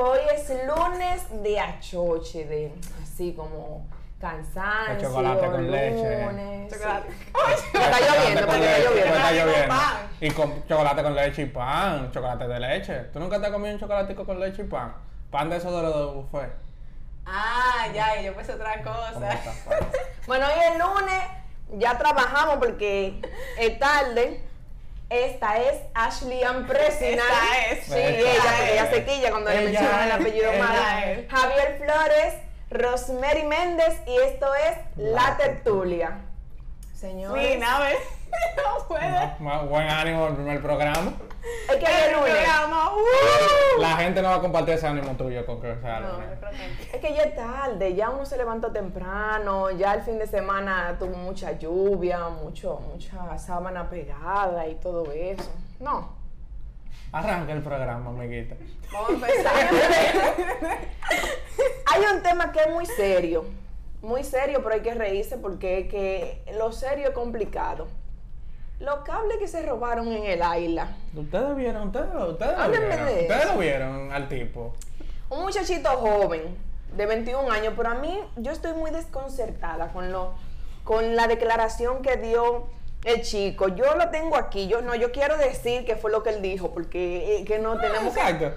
hoy es lunes de achoche, de así como cansancio. De chocolate con leche. lunes, Chocolate. sí. Está lloviendo, porque está lloviendo. Está Chocolate con lloviendo. pan. Y con chocolate con leche y pan, chocolate de leche. ¿Tú nunca te has comido un chocolatico con leche y pan? Pan de esos de los de buffet. Ah, ya, y yo pensé otra ¿Cómo cosa. está, pues? Bueno, hoy es lunes, ya trabajamos porque es tarde. Esta es Ashley Ann Presina. Esta es, Sí, esta ella, porque es. ella se quilla cuando le Ella mencionan el es, apellido ella mal. es. Javier Flores, Rosemary Méndez y esto es La La Tertulia. Señor. Sí, Es nada, ¿ves? No puedo. Ma- Buen ánimo el primer programa. que hoy es El lunes. programa, ¡uh! La gente no va a compartir ese ánimo tuyo con que sea No, lunes. yo creo que- Es que ya es tarde, ya uno se levantó temprano, ya el fin de semana tuvo mucha lluvia, mucho, mucha sábana pegada y todo eso. No. Arranca el programa, amiguita. Vamos a empezar. Hay un tema que es muy serio, muy serio, pero hay que reírse porque es que lo serio es complicado. Los cables que se robaron en el Aila. Ustedes vieron, ustedes, ustedes lo Háblenme vieron. de eso. Ustedes lo vieron al tipo. Un muchachito joven de 21 años, pero a mí yo estoy muy desconcertada con lo con la declaración que dio el chico. Yo lo tengo aquí. Yo no, yo quiero decir que fue lo que él dijo porque eh, que no tenemos Exacto.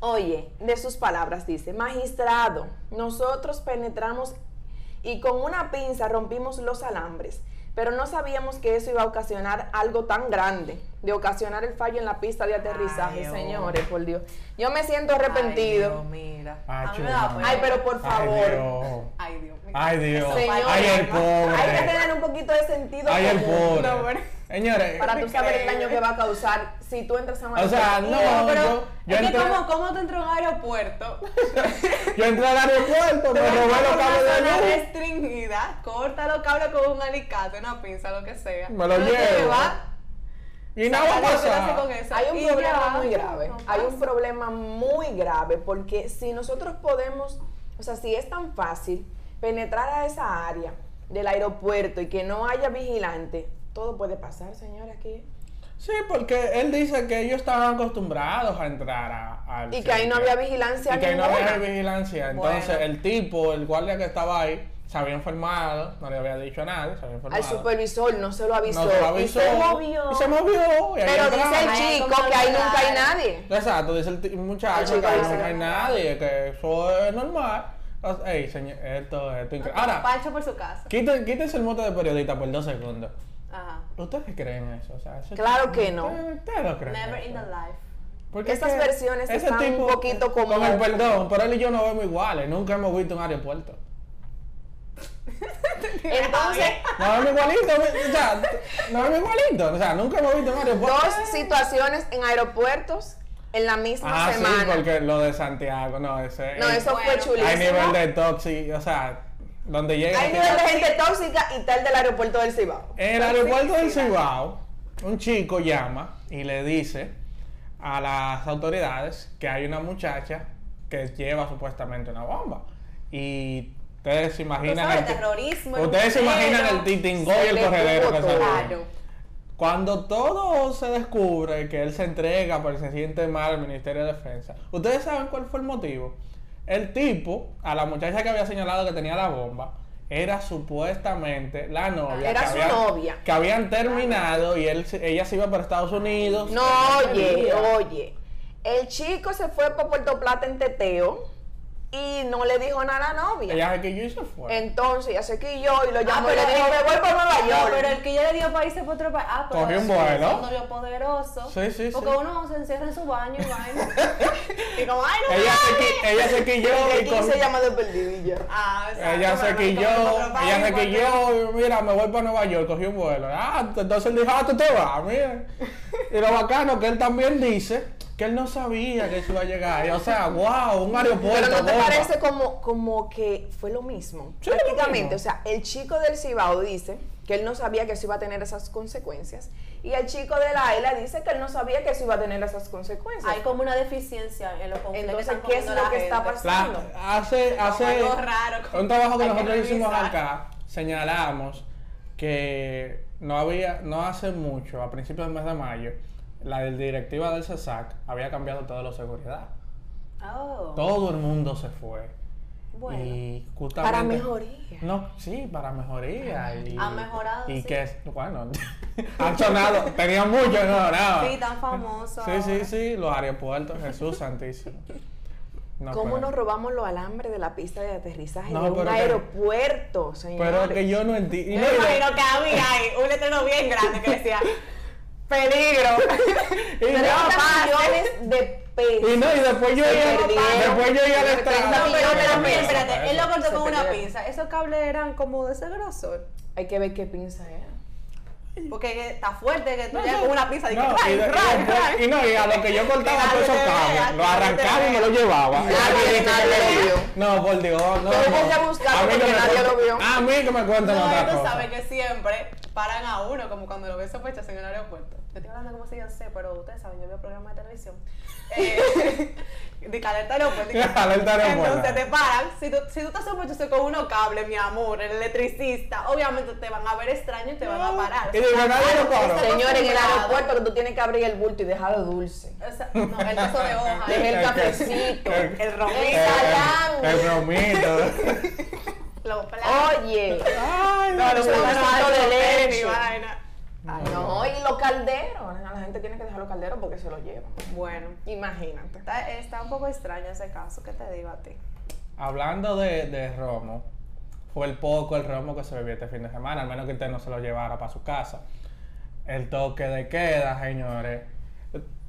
Oye, de sus palabras dice, magistrado, nosotros penetramos y con una pinza rompimos los alambres, pero no sabíamos que eso iba a ocasionar algo tan grande, de ocasionar el fallo en la pista de aterrizaje, Ay, oh. señores, por Dios. Yo me siento Ay, Dios, arrepentido. mira. Ay, A mí me da chuma. pena. Ay, pero por Ay, favor. Dios. Ay, Dios mío. Ay, Dios. Eso Señor. falla. Ay, el pobre. Hay que tener un poquito de sentido Ay, el común pobre. No, bueno. Señores, para tú saber el daño Increíble. que va a causar si tú entras a O sea, Manuel. no, No, pero yo- yo es que entré- como, ¿cómo te entró a un aeropuerto? yo entré al aeropuerto, me robé los cables de una zona luz. restringida, corta los cables con un alicate, una pinza, lo que sea. Me lo Pero llevo. te va, Y saca nada lo va a que te hace con pasar. eso. Hay un Y problema ya, muy grave. no Hay un pasa. problema muy grave porque si nosotros podemos, o sea, si es tan fácil penetrar a esa área del aeropuerto y que no haya vigilante, todo puede pasar, señores, aquí. Sí, porque él dice que ellos estaban acostumbrados a entrar a, al Y que ahí no sitio. había vigilancia Y que ahí no había ninguna. vigilancia. Entonces, Bueno. el tipo, el guardia que estaba ahí, se había enfermado, no le había dicho a nadie, se había Al enfermado. supervisor no se lo avisó. No se lo y avisó. se movió. Y se movió. y ahí Pero entraron. dice el Ay, chico como que ahí no nunca hay hay. nadie. Exacto, dice el ti- El muchacho chico que ahí dice no que hay no. nadie, que eso es normal. O sea, Ey, señor, esto, esto es incre- Ahora, Pancho por su casa. quíten- quítense el mote de periodista por dos segundos. Ajá. ¿Ustedes creen eso? O sea, eso- Claro que no. ¿Ustedes, ustedes no creen Never eso? in the life. Porque Esas es que versiones ese eh, están un poquito como- Con el perdón, pero él y yo no vemos iguales. Nunca hemos visto un aeropuerto. Entonces, No vemos igualitos. O sea, no vemos igualitos. O sea, nunca hemos visto un aeropuerto. dos situaciones en aeropuertos en la misma Ah, semana. sí, porque lo de Santiago, no, ese. No, eh, eso fue Bueno. chulísimo. Hay nivel de toxic, o sea, donde llega. Hay nivel de gente tóxica y tal del aeropuerto del Cibao. En el aeropuerto del Cibao, un chico llama y le dice a las autoridades que hay una muchacha que lleva supuestamente una bomba. Y ustedes se Tú imaginan. sabes, el ti- terrorismo. ustedes se entero. imaginan el titingo y Se el le corredero que tuvo se todo. arma. Claro. Cuando todo se descubre que él se entrega porque se siente mal al Ministerio de Defensa, ¿ustedes saben cuál fue el motivo? El tipo, a la muchacha que había señalado que tenía la bomba, era supuestamente la novia. Era que su habían- novia. Que habían terminado y él, se- ella se iba para Estados Unidos. No, oye, oye. El chico se fue para Puerto Plata en teteo y no le dijo nada a la novia. Ella se quilló y se fue. Entonces ya se quilló y lo llamó y Ah, pero le dijo, el- me voy para Nueva No, York. pero el que ya le dio países por otro país. Ah, pero Cogió un eso es vuelo. Un novio poderoso. Sí, sí, Porque sí. uno se encierra en su baño y vaina. y como, ay, no ella, se, mames. qui- ella se quilló El y de 15 cogió- llamadas perdidas y ya. Ah, o sea, Ella no, se no, como quilló, otro país, ella se porque- quilló, mira, me voy para Nueva York, cogí un vuelo. Ah, entonces él dijo, ah, tú te vas, mira. Y lo bacano que él también dice que él no sabía que eso iba a llegar. Y, o sea, wow, un aeropuerto. Pero no te bomba. parece como, como que fue lo mismo. Sí, Prácticamente, lo mismo. o sea, el chico del Cibao dice que él no sabía que eso iba a tener esas consecuencias. Y el chico de la isla dice que él no sabía que eso iba a tener esas consecuencias. Hay como una deficiencia en los conflictos. Entonces, que ¿qué es lo que está pasando? La- pasando? hace, hace algo raro. un trabajo que Hay que nosotros hicimos revisar. acá, señalamos que no había, no hace mucho, a principios del mes de mayo, la directiva del CESAC había cambiado todo lo de seguridad. Oh. Todo el mundo se fue. Bueno. Y Eh, justamente- Para ¿eh? mejoría. No, sí, para mejoría. y- Ah, Ha mejorado, Y sí. que, es- bueno, ha sonado, tenía mucho que mejoraba. Sí, tan famoso. Sí, sí, ahora. sí, los aeropuertos, Jesús santísimo. No, ¿Cómo pero- nos robamos los alambres de la pista de aterrizaje No, de un pero que- aeropuerto, Pero señores? que yo no entiendo. Yo me imagino que había ahí un letrero bien grande que decía peligro. Y 30 no, millones de pesos. y no, y después yo Se llegué, perdieron. después yo llegué al Pero estrado. treinta No, pero, millones pero, de pesos. espérate, él lo cortó Se con una perdieron. pinza. Esos cables eran como de ese grosor. Hay que ver qué pinza era. Porque está fuerte que tú No, llegas no. con una pinza y que No, y ¡ray, de- y ray, después- ray! Y no, y a lo que yo cortaba Nadie todos esos te vea, cables, lo nadie te arrancaba y me vea. lo llevaba. Nadie, nadie lo vio. No, por Dios, no. Pero no. ponte a buscar, mí porque que me nadie cuenten- lo vio. A mí que me cuentan No, otra ya tú cosa. sabes que siempre paran a uno, como cuando lo ves sospechoso en el aeropuerto. Yo estoy hablando como si yo sé, pero ustedes saben, yo veo programas de televisión. Eh, de caleta aeropuerto. y que- Alerta aeropuerto. Entonces te paran. Si tú, si tú estás sospechoso con unos cables, mi amor, el electricista, obviamente te van a ver extraño y te van a parar. Y digo, nadie este lo paró. Está Señores, en el acostumbrado. aeropuerto que tú tienes que abrir el bulto y dejarlo dulce. O sea, no, el queso de hoja. Deja el El que- cafecito. el- el romito. El salán. El romito. Los platos. Oye. Ay, No, no. los plátano de leche. Ay, No, y los calderos. A la gente tiene que dejar los calderos porque se los llevan. Bueno, Imagínate. está, está un poco extraño ese caso. ¿Qué te digo a ti? Hablando de, de romo, fue el poco el romo que se bebió este fin de semana, al menos que usted no se lo llevara para su casa. El toque de queda, señores.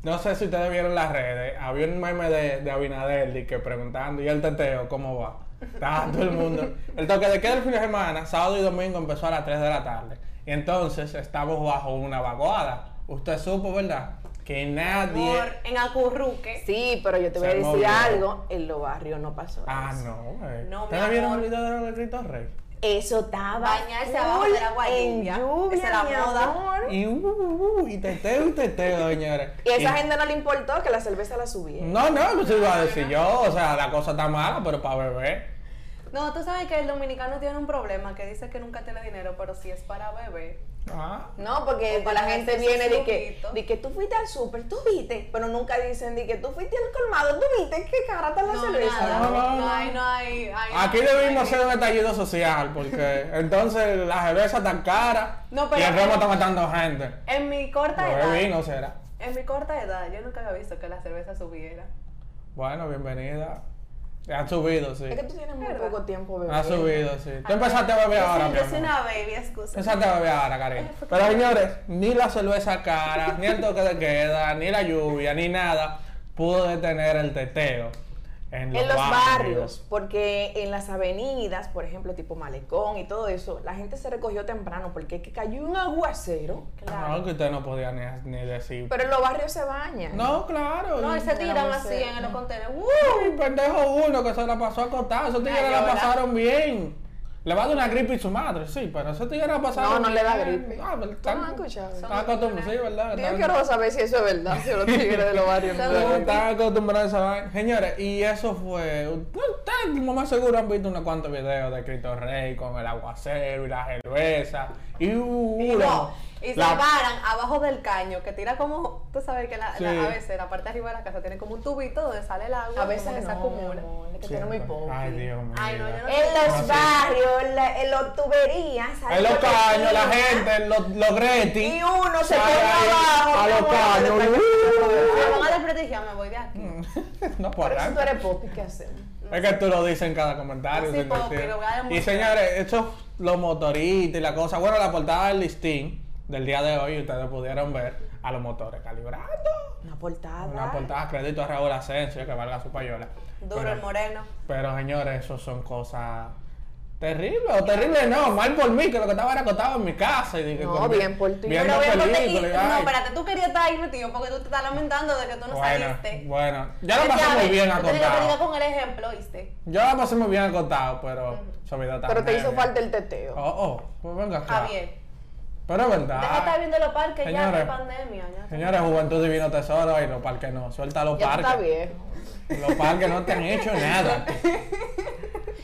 No sé si ustedes vieron las redes, había un meme de, de Abinader di que preguntando, ¿y el teteo cómo va? Estaba todo el mundo. El toque de queda el fin de semana, sábado y domingo, empezó a las 3 de la tarde. Y entonces estamos bajo una vaguada. Usted supo, ¿verdad? Que nadie... Amor, en Acurruque. Sí, pero yo te voy a Se decir movió. algo. En los barrios no pasó Ah, eso. no. eh. No, mi ¿Ustedes vieron amor. el video de los Grito Rey? Eso estaba. Bañarse abajo del agua full lluvia. En lluvia, Esa era mi moda. amor. Y, uh, uh, uh, y teteo y teteo, señores. Y a esa Y- gente no le importó que la cerveza la subiera. No, no, no se iba a decir yo. O sea, la cosa está mala, pero para beber. No, tú sabes que el dominicano tiene un problema que dice que nunca tiene dinero, pero si es para beber. Ah, No, porque O para la gente hacerse viene su de que, juguito. de que tú fuiste al súper, tú viste, pero nunca dicen de que tú fuiste al colmado, tú viste, qué cara está la No, cerveza. nada. No, no, no. No hay, no hay. hay- Aquí no hay- debimos hacer un estallido social, porque entonces la cerveza está cara No, pero- y el romo está matando gente. En mi corta edad. Beber vino será. En mi corta edad, yo nunca había visto que la cerveza subiera. Bueno, bienvenida. Ha subido, sí. Es que tú tienes muy ¿Verdad? poco tiempo, bebé. Ha subido, sí. Tú empezaste a beber Yo soy- ahora, mi Yo soy amor. una baby, excusa. Pensate a beber ahora, Karen. Pero señores, ni la cerveza cara, ni el toque de queda, ni la lluvia, ni nada pudo detener el teteo en los, En los barrios, porque en las avenidas, por ejemplo, tipo Malecón y todo eso, la gente se recogió temprano porque es que cayó un aguacero. Claro. No, que usted no podía ni, ni decir. Pero en los barrios se bañan. no, claro. No, y se no tiran éramos así cero, en los contenedores. Uy, pendejo uno que se la pasó acostado. Esos tigres la Cayola. pasaron bien. Le va a dar una gripe y su madre, sí, pero esos tigres la pasaron No, no le da bien. gripe. Ah, ¿Tú pero no has escuchado? Están acostumbrados, sí, ¿verdad? Yo Están- quiero saber si eso es verdad, si los tigres de los barrios. no Estaba beben. acostumbrado a esa vaina. Señores, y eso fue. Ustedes, lo más seguro, han visto unos cuantos videos de Cristo Rey con el aguacero y la cerveza. Y, uh, Y, la- no, y la- se paran abajo del caño que tira como. Tú sabes que la- la- Sí. a veces la parte de arriba de la casa tiene como un tubito donde sale el agua. A veces como que no, se acumula. mi amor, es que Sí, tiene muy poco. Ay, Dios mío. Ay, no, yo no- En los Así. barrios, en la- en los tuberías. ahí En los lo que caños, la tira. gente, los, los gretis. Y uno se Ay, pone ay, abajo. A mi los amor, caños. Me van a desprestigiar, "Ah, me voy de aquí. uh. No, por Por eso tú arranca. eres popi, ¿qué hacemos? Es que tú lo dices en cada comentario. Así, señor. porque lo voy a demostrar. y señores, estos los motoristas y la cosa. Bueno, la portada del listín del día de hoy, ustedes pudieron ver a los motores calibrando. Una portada. Una portada, crédito a Raúl Asensio, que valga su payola. Duro pero, el moreno. Pero señores, eso son cosas terribles. O terribles no, mal por mí, que lo que estaba era acostado en mi casa. Y dije, No, con- bien por ti. viendo Pero bien, porque- y- películas, y, no, ay, espérate, tú querías estar ahí metido porque tú te estás lamentando de que tú no bueno, saliste. bueno, yo la pasé Ya muy sabes, bien Yo tenía que te diga acostado. con el ejemplo, ¿viste? Yo la pasé muy bien acostado, pero se me dio tan Pero te hizo meme. falta el teteo. eh. Oh, oh, pues venga acá. Javier. Pero es verdad. Deja de estar viendo los parques ya, que Señores. es pandemia. Ya. Señores, Juventud Divino Tesoro y los parques no. Suelta los Ya tú parques. estás viejo. Los parques no te han hecho nada. Pero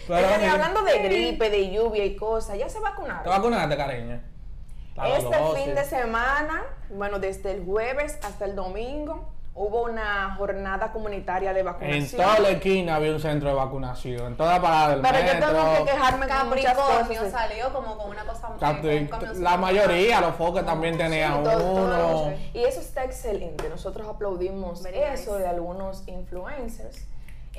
Señores, mira, hablando de gripe, de lluvia y cosas, ya se ¿Te vacunaron. vacunaste, cariño? La Este dosis. fin de semana, bueno, desde el jueves hasta el domingo, hubo una jornada comunitaria de En vacunación. toda la esquina había un centro de vacunación, en toda parada del Pero yo metro. tengo que quejarme con muchas Capricornio cosas. salió como con una cosa eh, con un Capri- camioncito. La mayoría, los foques también Sí, tenían todo- todo uno. lo- y eso está excelente. Nosotros aplaudimos Very eso nice. de algunos influencers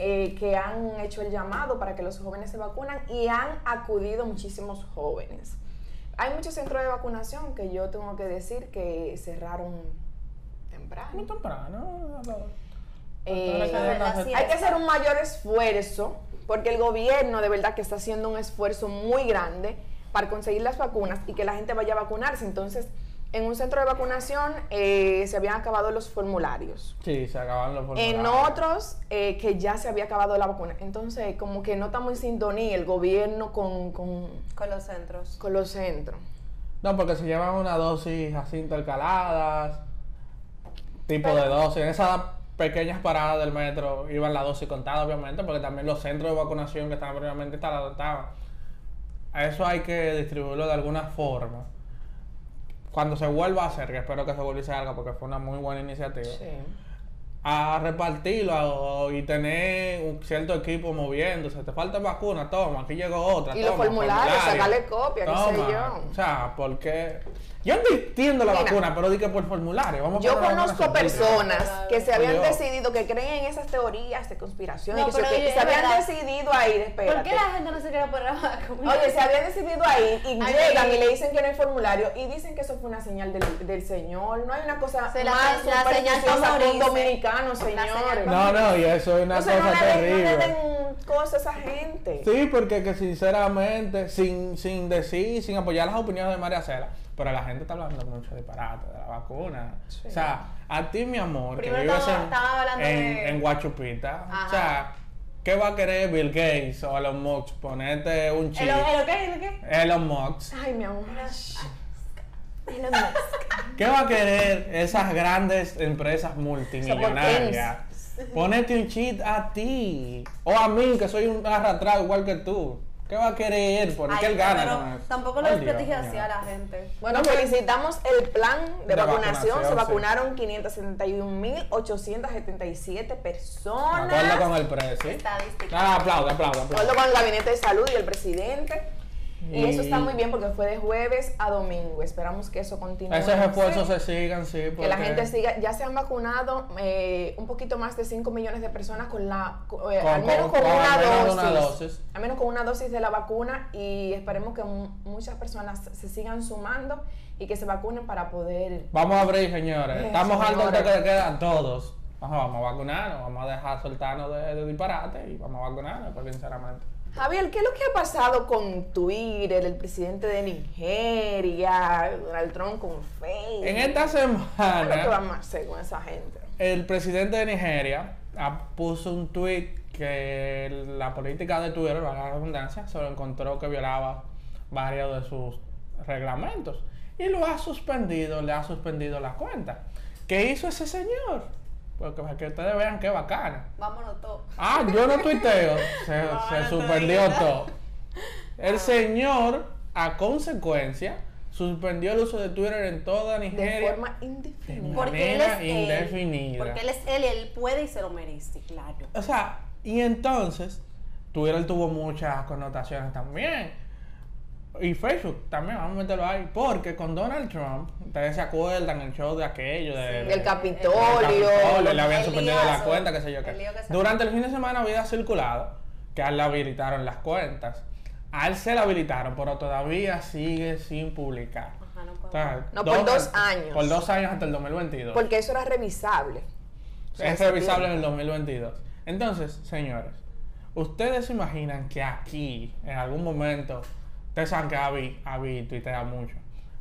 eh, que han hecho el llamado para que los jóvenes se vacunan y han acudido muchísimos jóvenes. Hay muchos centros de vacunación que yo tengo que decir que cerraron Muy temprano. temprano. Eh, Entonces, la verdad, sí. hay que hacer un mayor esfuerzo porque el gobierno de verdad que está haciendo un esfuerzo muy grande para conseguir las vacunas y que la gente vaya a vacunarse. Entonces, en un centro de vacunación eh, se habían acabado los formularios. Sí, se acabaron los En formularios. otros, eh, que ya se había acabado la vacuna. Entonces, como que no está muy en sintonía el gobierno con, con, Con los centros. con los centros. No, porque se llevan una dosis así intercaladas, tipo de dosis. En esas pequeñas paradas del metro iban las dosis contadas, obviamente, porque también los centros de vacunación que estaban previamente instalados estaban. A eso hay que distribuirlo de alguna forma. Cuando se vuelva a hacer, que espero que se vuelva a hacer algo porque fue una muy buena iniciativa, a repartirlo a- y tener un cierto equipo moviéndose. Te falta vacuna, toma, aquí llegó otra. Y toma, los formularios, sacarle copia, qué sé Toma. yo. O sea, porque. Yo no entiendo la Mira. vacuna, pero di que por formulario. Vamos a Yo poner la vacuna conozco en el sitio. personas que se habían Yo. decidido, que creen en esas teorías de conspiración, y No, que, se, pero que- oye, se es habían verdad. decidido a ir, espérate. ¿Por qué la gente no se quiere poner la vacuna? Oye, se habían decidido a ir y Ay, llegan sí. y le dicen que no hay formulario y dicen que eso fue una señal del, del Señor. No hay una cosa Se la- más la señal supersticiosa para que un morirse. dominicano, La señal señor. para- No, no, y eso es una Entonces, cosa no le den- terrible. no le den cosas a esa gente. Sí, porque que sinceramente, sin, sin decir, sin apoyar las opiniones de María Cela, pero la gente está hablando mucho disparate de la vacuna. Sí. O sea, a ti, mi amor, que Primero vives estaba- en, estaba hablando en, de- en Guachupita, Ajá. o sea, ¿qué va a querer Bill Gates o Elon Musk? Ponerte un chip. ¿El, el, qué? ¿El qué? Elon Musk. Ay, mi amor. ¿Qué va a querer esas grandes empresas multimillonarias? Ponete un cheat a ti. O a mí, que soy un arrastrado igual que tú. ¿Qué va a querer? ¿Por qué Ay, él gana? pero con eso? Tampoco lo Ay, Dios desprestigia mío. así a la gente. Bueno, felicitamos el plan de, De vacunación. vacunación, Se sí. vacunaron 571.877 De personas. acuerdo con el precio. Estadística. Ah, aplaude, aplaude, De acuerdo aplaude. con el Gabinete de Salud y el presidente. Y eso está Y- muy bien porque fue de jueves a domingo. Esperamos que eso continúe. Esos esfuerzos Sí. se sigan, sí. Que la porque- gente siga, ya se han vacunado eh, un poquito más de 5 millones de personas con la, co- eh, Con- al menos con- con, con una, al menos dosis, una dosis. Al menos con una dosis de la vacuna y esperemos que mu- muchas personas se sigan sumando y que se vacunen para poder... Vamos a abrir, señores. Eh, Estamos altos de señores. que le quedan todos. Ajá, vamos a vacunarnos, vamos a dejar soltarnos de, de disparate y vamos a vacunarnos, porque sinceramente. Javier, ¿qué es lo que ha pasado con Twitter, el presidente de Nigeria, Donald Trump con Facebook? En este esta ¿Qué es lo que semana, vamos a hacer con esa gente? el presidente de Nigeria ah, puso un tweet que la política de Twitter, valga la redundancia, se lo encontró que violaba varios de sus reglamentos y lo ha suspendido, le ha suspendido la cuenta. ¿Qué hizo ese señor? Porque para que ustedes vean qué bacana. Vámonos todos. Ah, yo no tuiteo. Se, No, se no te suspendió digas. Ah. todo. El señor, a consecuencia, suspendió el uso de Twitter en toda De Nigeria. forma indefinida. Por- Porque él es Manera él. indefinida. Porque él es él y él puede y se lo merece, claro. O sea, y entonces, Twitter tuvo muchas connotaciones también. Y Facebook también, vamos a meterlo ahí. Porque con Donald Trump, ustedes se acuerdan el show de aquello, de, Del El Capitolio. Capitolio, le El habían suspendido la liazo, cuenta, qué sé yo qué. el lío que se Durante el fin de semana había circulado que a él le habilitaron las cuentas. A él se le habilitaron, pero todavía sigue sin publicar. Ajá, no O puedo. sea, No, por dos años. Por dos años hasta el 2022. Porque eso era revisable. O sea, es ese revisable en tiempo. el 2022. Entonces, señores, ¿ustedes se imaginan que aquí, en algún momento, ustedes saben que Avi, Avi tuitea mucho?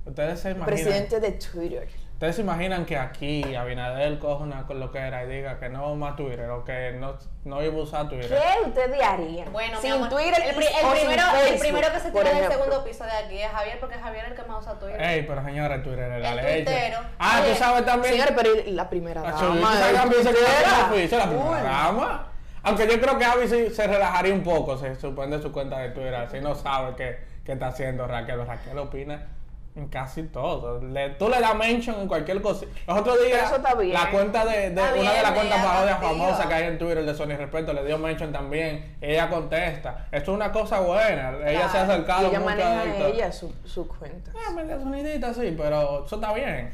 ¿Ustedes se imaginan? Presidente de Twitter. ¿Ustedes se imaginan que aquí Abinader coja una loquera y diga que no más Twitter o que no, no iba a usar Twitter? ¿Qué ustedes harían? Bueno, sin mi amor, Twitter el, y- pri- el o sin primero, el Facebook, primero que se por tira del ejemplo? segundo piso de aquí es Javier, porque Javier es el que más usa Twitter. Ey, pero señores, Twitter es la El leche. tuitero. Ah, Oye, tú sabes también. Señores, pero y la primera Ah, dama. sí, tú sabes el que Abby se queda Twitter. en la oficina, la primera Uy. dama. Aunque yo creo que Abby sí se relajaría un poco, se suspende su cuenta de Twitter, así no sabe qué, qué está haciendo Raquel. Raquel opina En casi todo. Le- tú le das mention en cualquier cosa. Los otros días, eso está bien. la cuenta de, de- Está una de bien, las cuentas ella parodias contigo. famosas que hay en Twitter de Sony Respeto le dio mention también. Ella contesta. Esto es una cosa buena. Ella se ha Y Claro. acercado ella mucho maneja a esto. ella su, su cuenta. Ah, me dio sonidita, sí, pero eso está bien.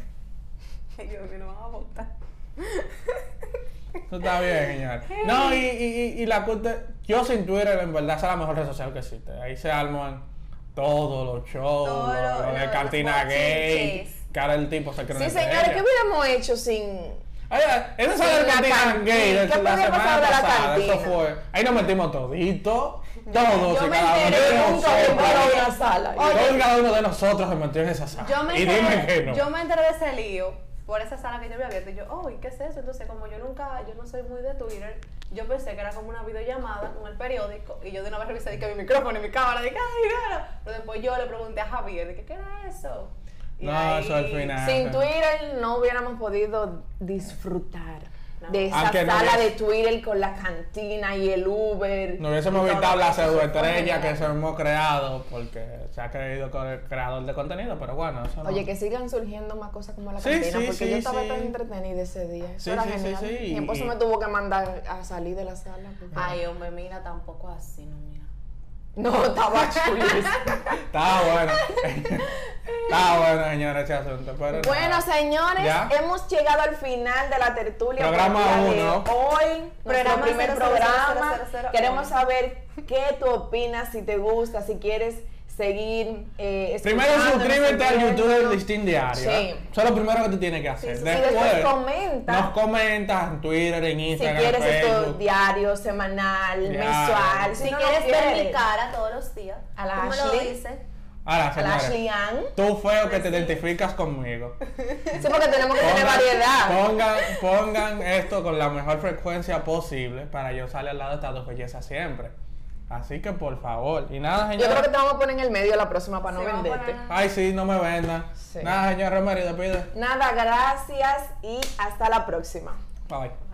Eh. Dios mío, no vamos a votar. Eso está bien, señor. No, y, y, y- y la cuenta. Yo sin Twitter, en verdad, esa es la mejor red social que existe. Ahí se arman todos los shows, lo, Todo lo- lo de lo- Cantina los Gay, bochinches. que ahora el tipo se cree Sí, señores, ¿qué hubiéramos hecho sin...? Oye, eso Sí, sale de la Cantina cantina. Gay de ¿Qué la podía pasar semana de la pasada. Eso cantina? fue. Ahí nos metimos todito. Todos yo y me Pues cada uno enteré de de un nosotros. comentario en la sala. Todos y cada uno de nosotros se metió en esa sala. Yo me, Ah, y dime que enteré, no. yo me enteré de ese lío por esa sala que yo había abierto. Y yo, oh, ¿y qué es eso? Entonces, como yo nunca, yo no soy muy de Twitter, yo pensé que era como una videollamada con el periódico. Y yo de una vez revisé dije, mi micrófono y mi cámara. Dije, ay, claro. Pero después yo le pregunté a Javier, dije, ¿qué era eso? Y No, ahí- eso al final. Sin Twitter no hubiéramos podido disfrutar de esa Aunque no sala hubiese- de Twitter con la cantina y el Uber. Nos hubiésemos y evitado todo la eso. pseudoestrella que se hemos creado porque se ha creído con el creador de contenido, pero bueno, eso no. Oye, que sigan surgiendo más cosas como la Sí, cantina, sí, porque sí, yo estaba sí. tan entretenida ese día. Eso Sí, era sí, sí, genial. sí, Mi esposo y- Ah. me tuvo que mandar a salir de la sala. porque- Ay, hombre, mira, tampoco así, no, mira. No, estaba chulísimo. Está bueno. Está bueno, señora, ese asunto. Pero nada. Bueno, señores, ¿Ya? hemos llegado al final de la tertulia. Programa por el día de uno. Hoy, nuestro Programa primer 00000001. programa. Queremos saber qué tú opinas, si te gusta, si quieres seguir eh, Primero escuchándonos, suscríbete al viéndonos. YouTube del Listín Diario. Sí. ¿eh? Eso es lo primero que tú tienes que hacer. sí, sí. Y después comenta. Nos comentas en Twitter, en Si Instagram, quieres en esto Facebook. diario, semanal, Diario. mensual. Si no lo quieres ver mi cara todos los días, A la tú me lo Ashley. dices. Ahora, a la señores, Ashley Ann. tú feo que te identificas conmigo. Sí, porque tenemos que tener Pongan- variedad. Pongan, pongan esto con la mejor frecuencia posible para yo salir al lado de estas dos bellezas siempre. Así que por favor. Y nada, Yo creo que señor. te vamos a poner en el medio la próxima para no Sí, vamos a venderte. poner- Ay, sí, no me vendan. Sí. Nada, señor Romero, te pido. Nada, gracias y hasta la próxima. Bye.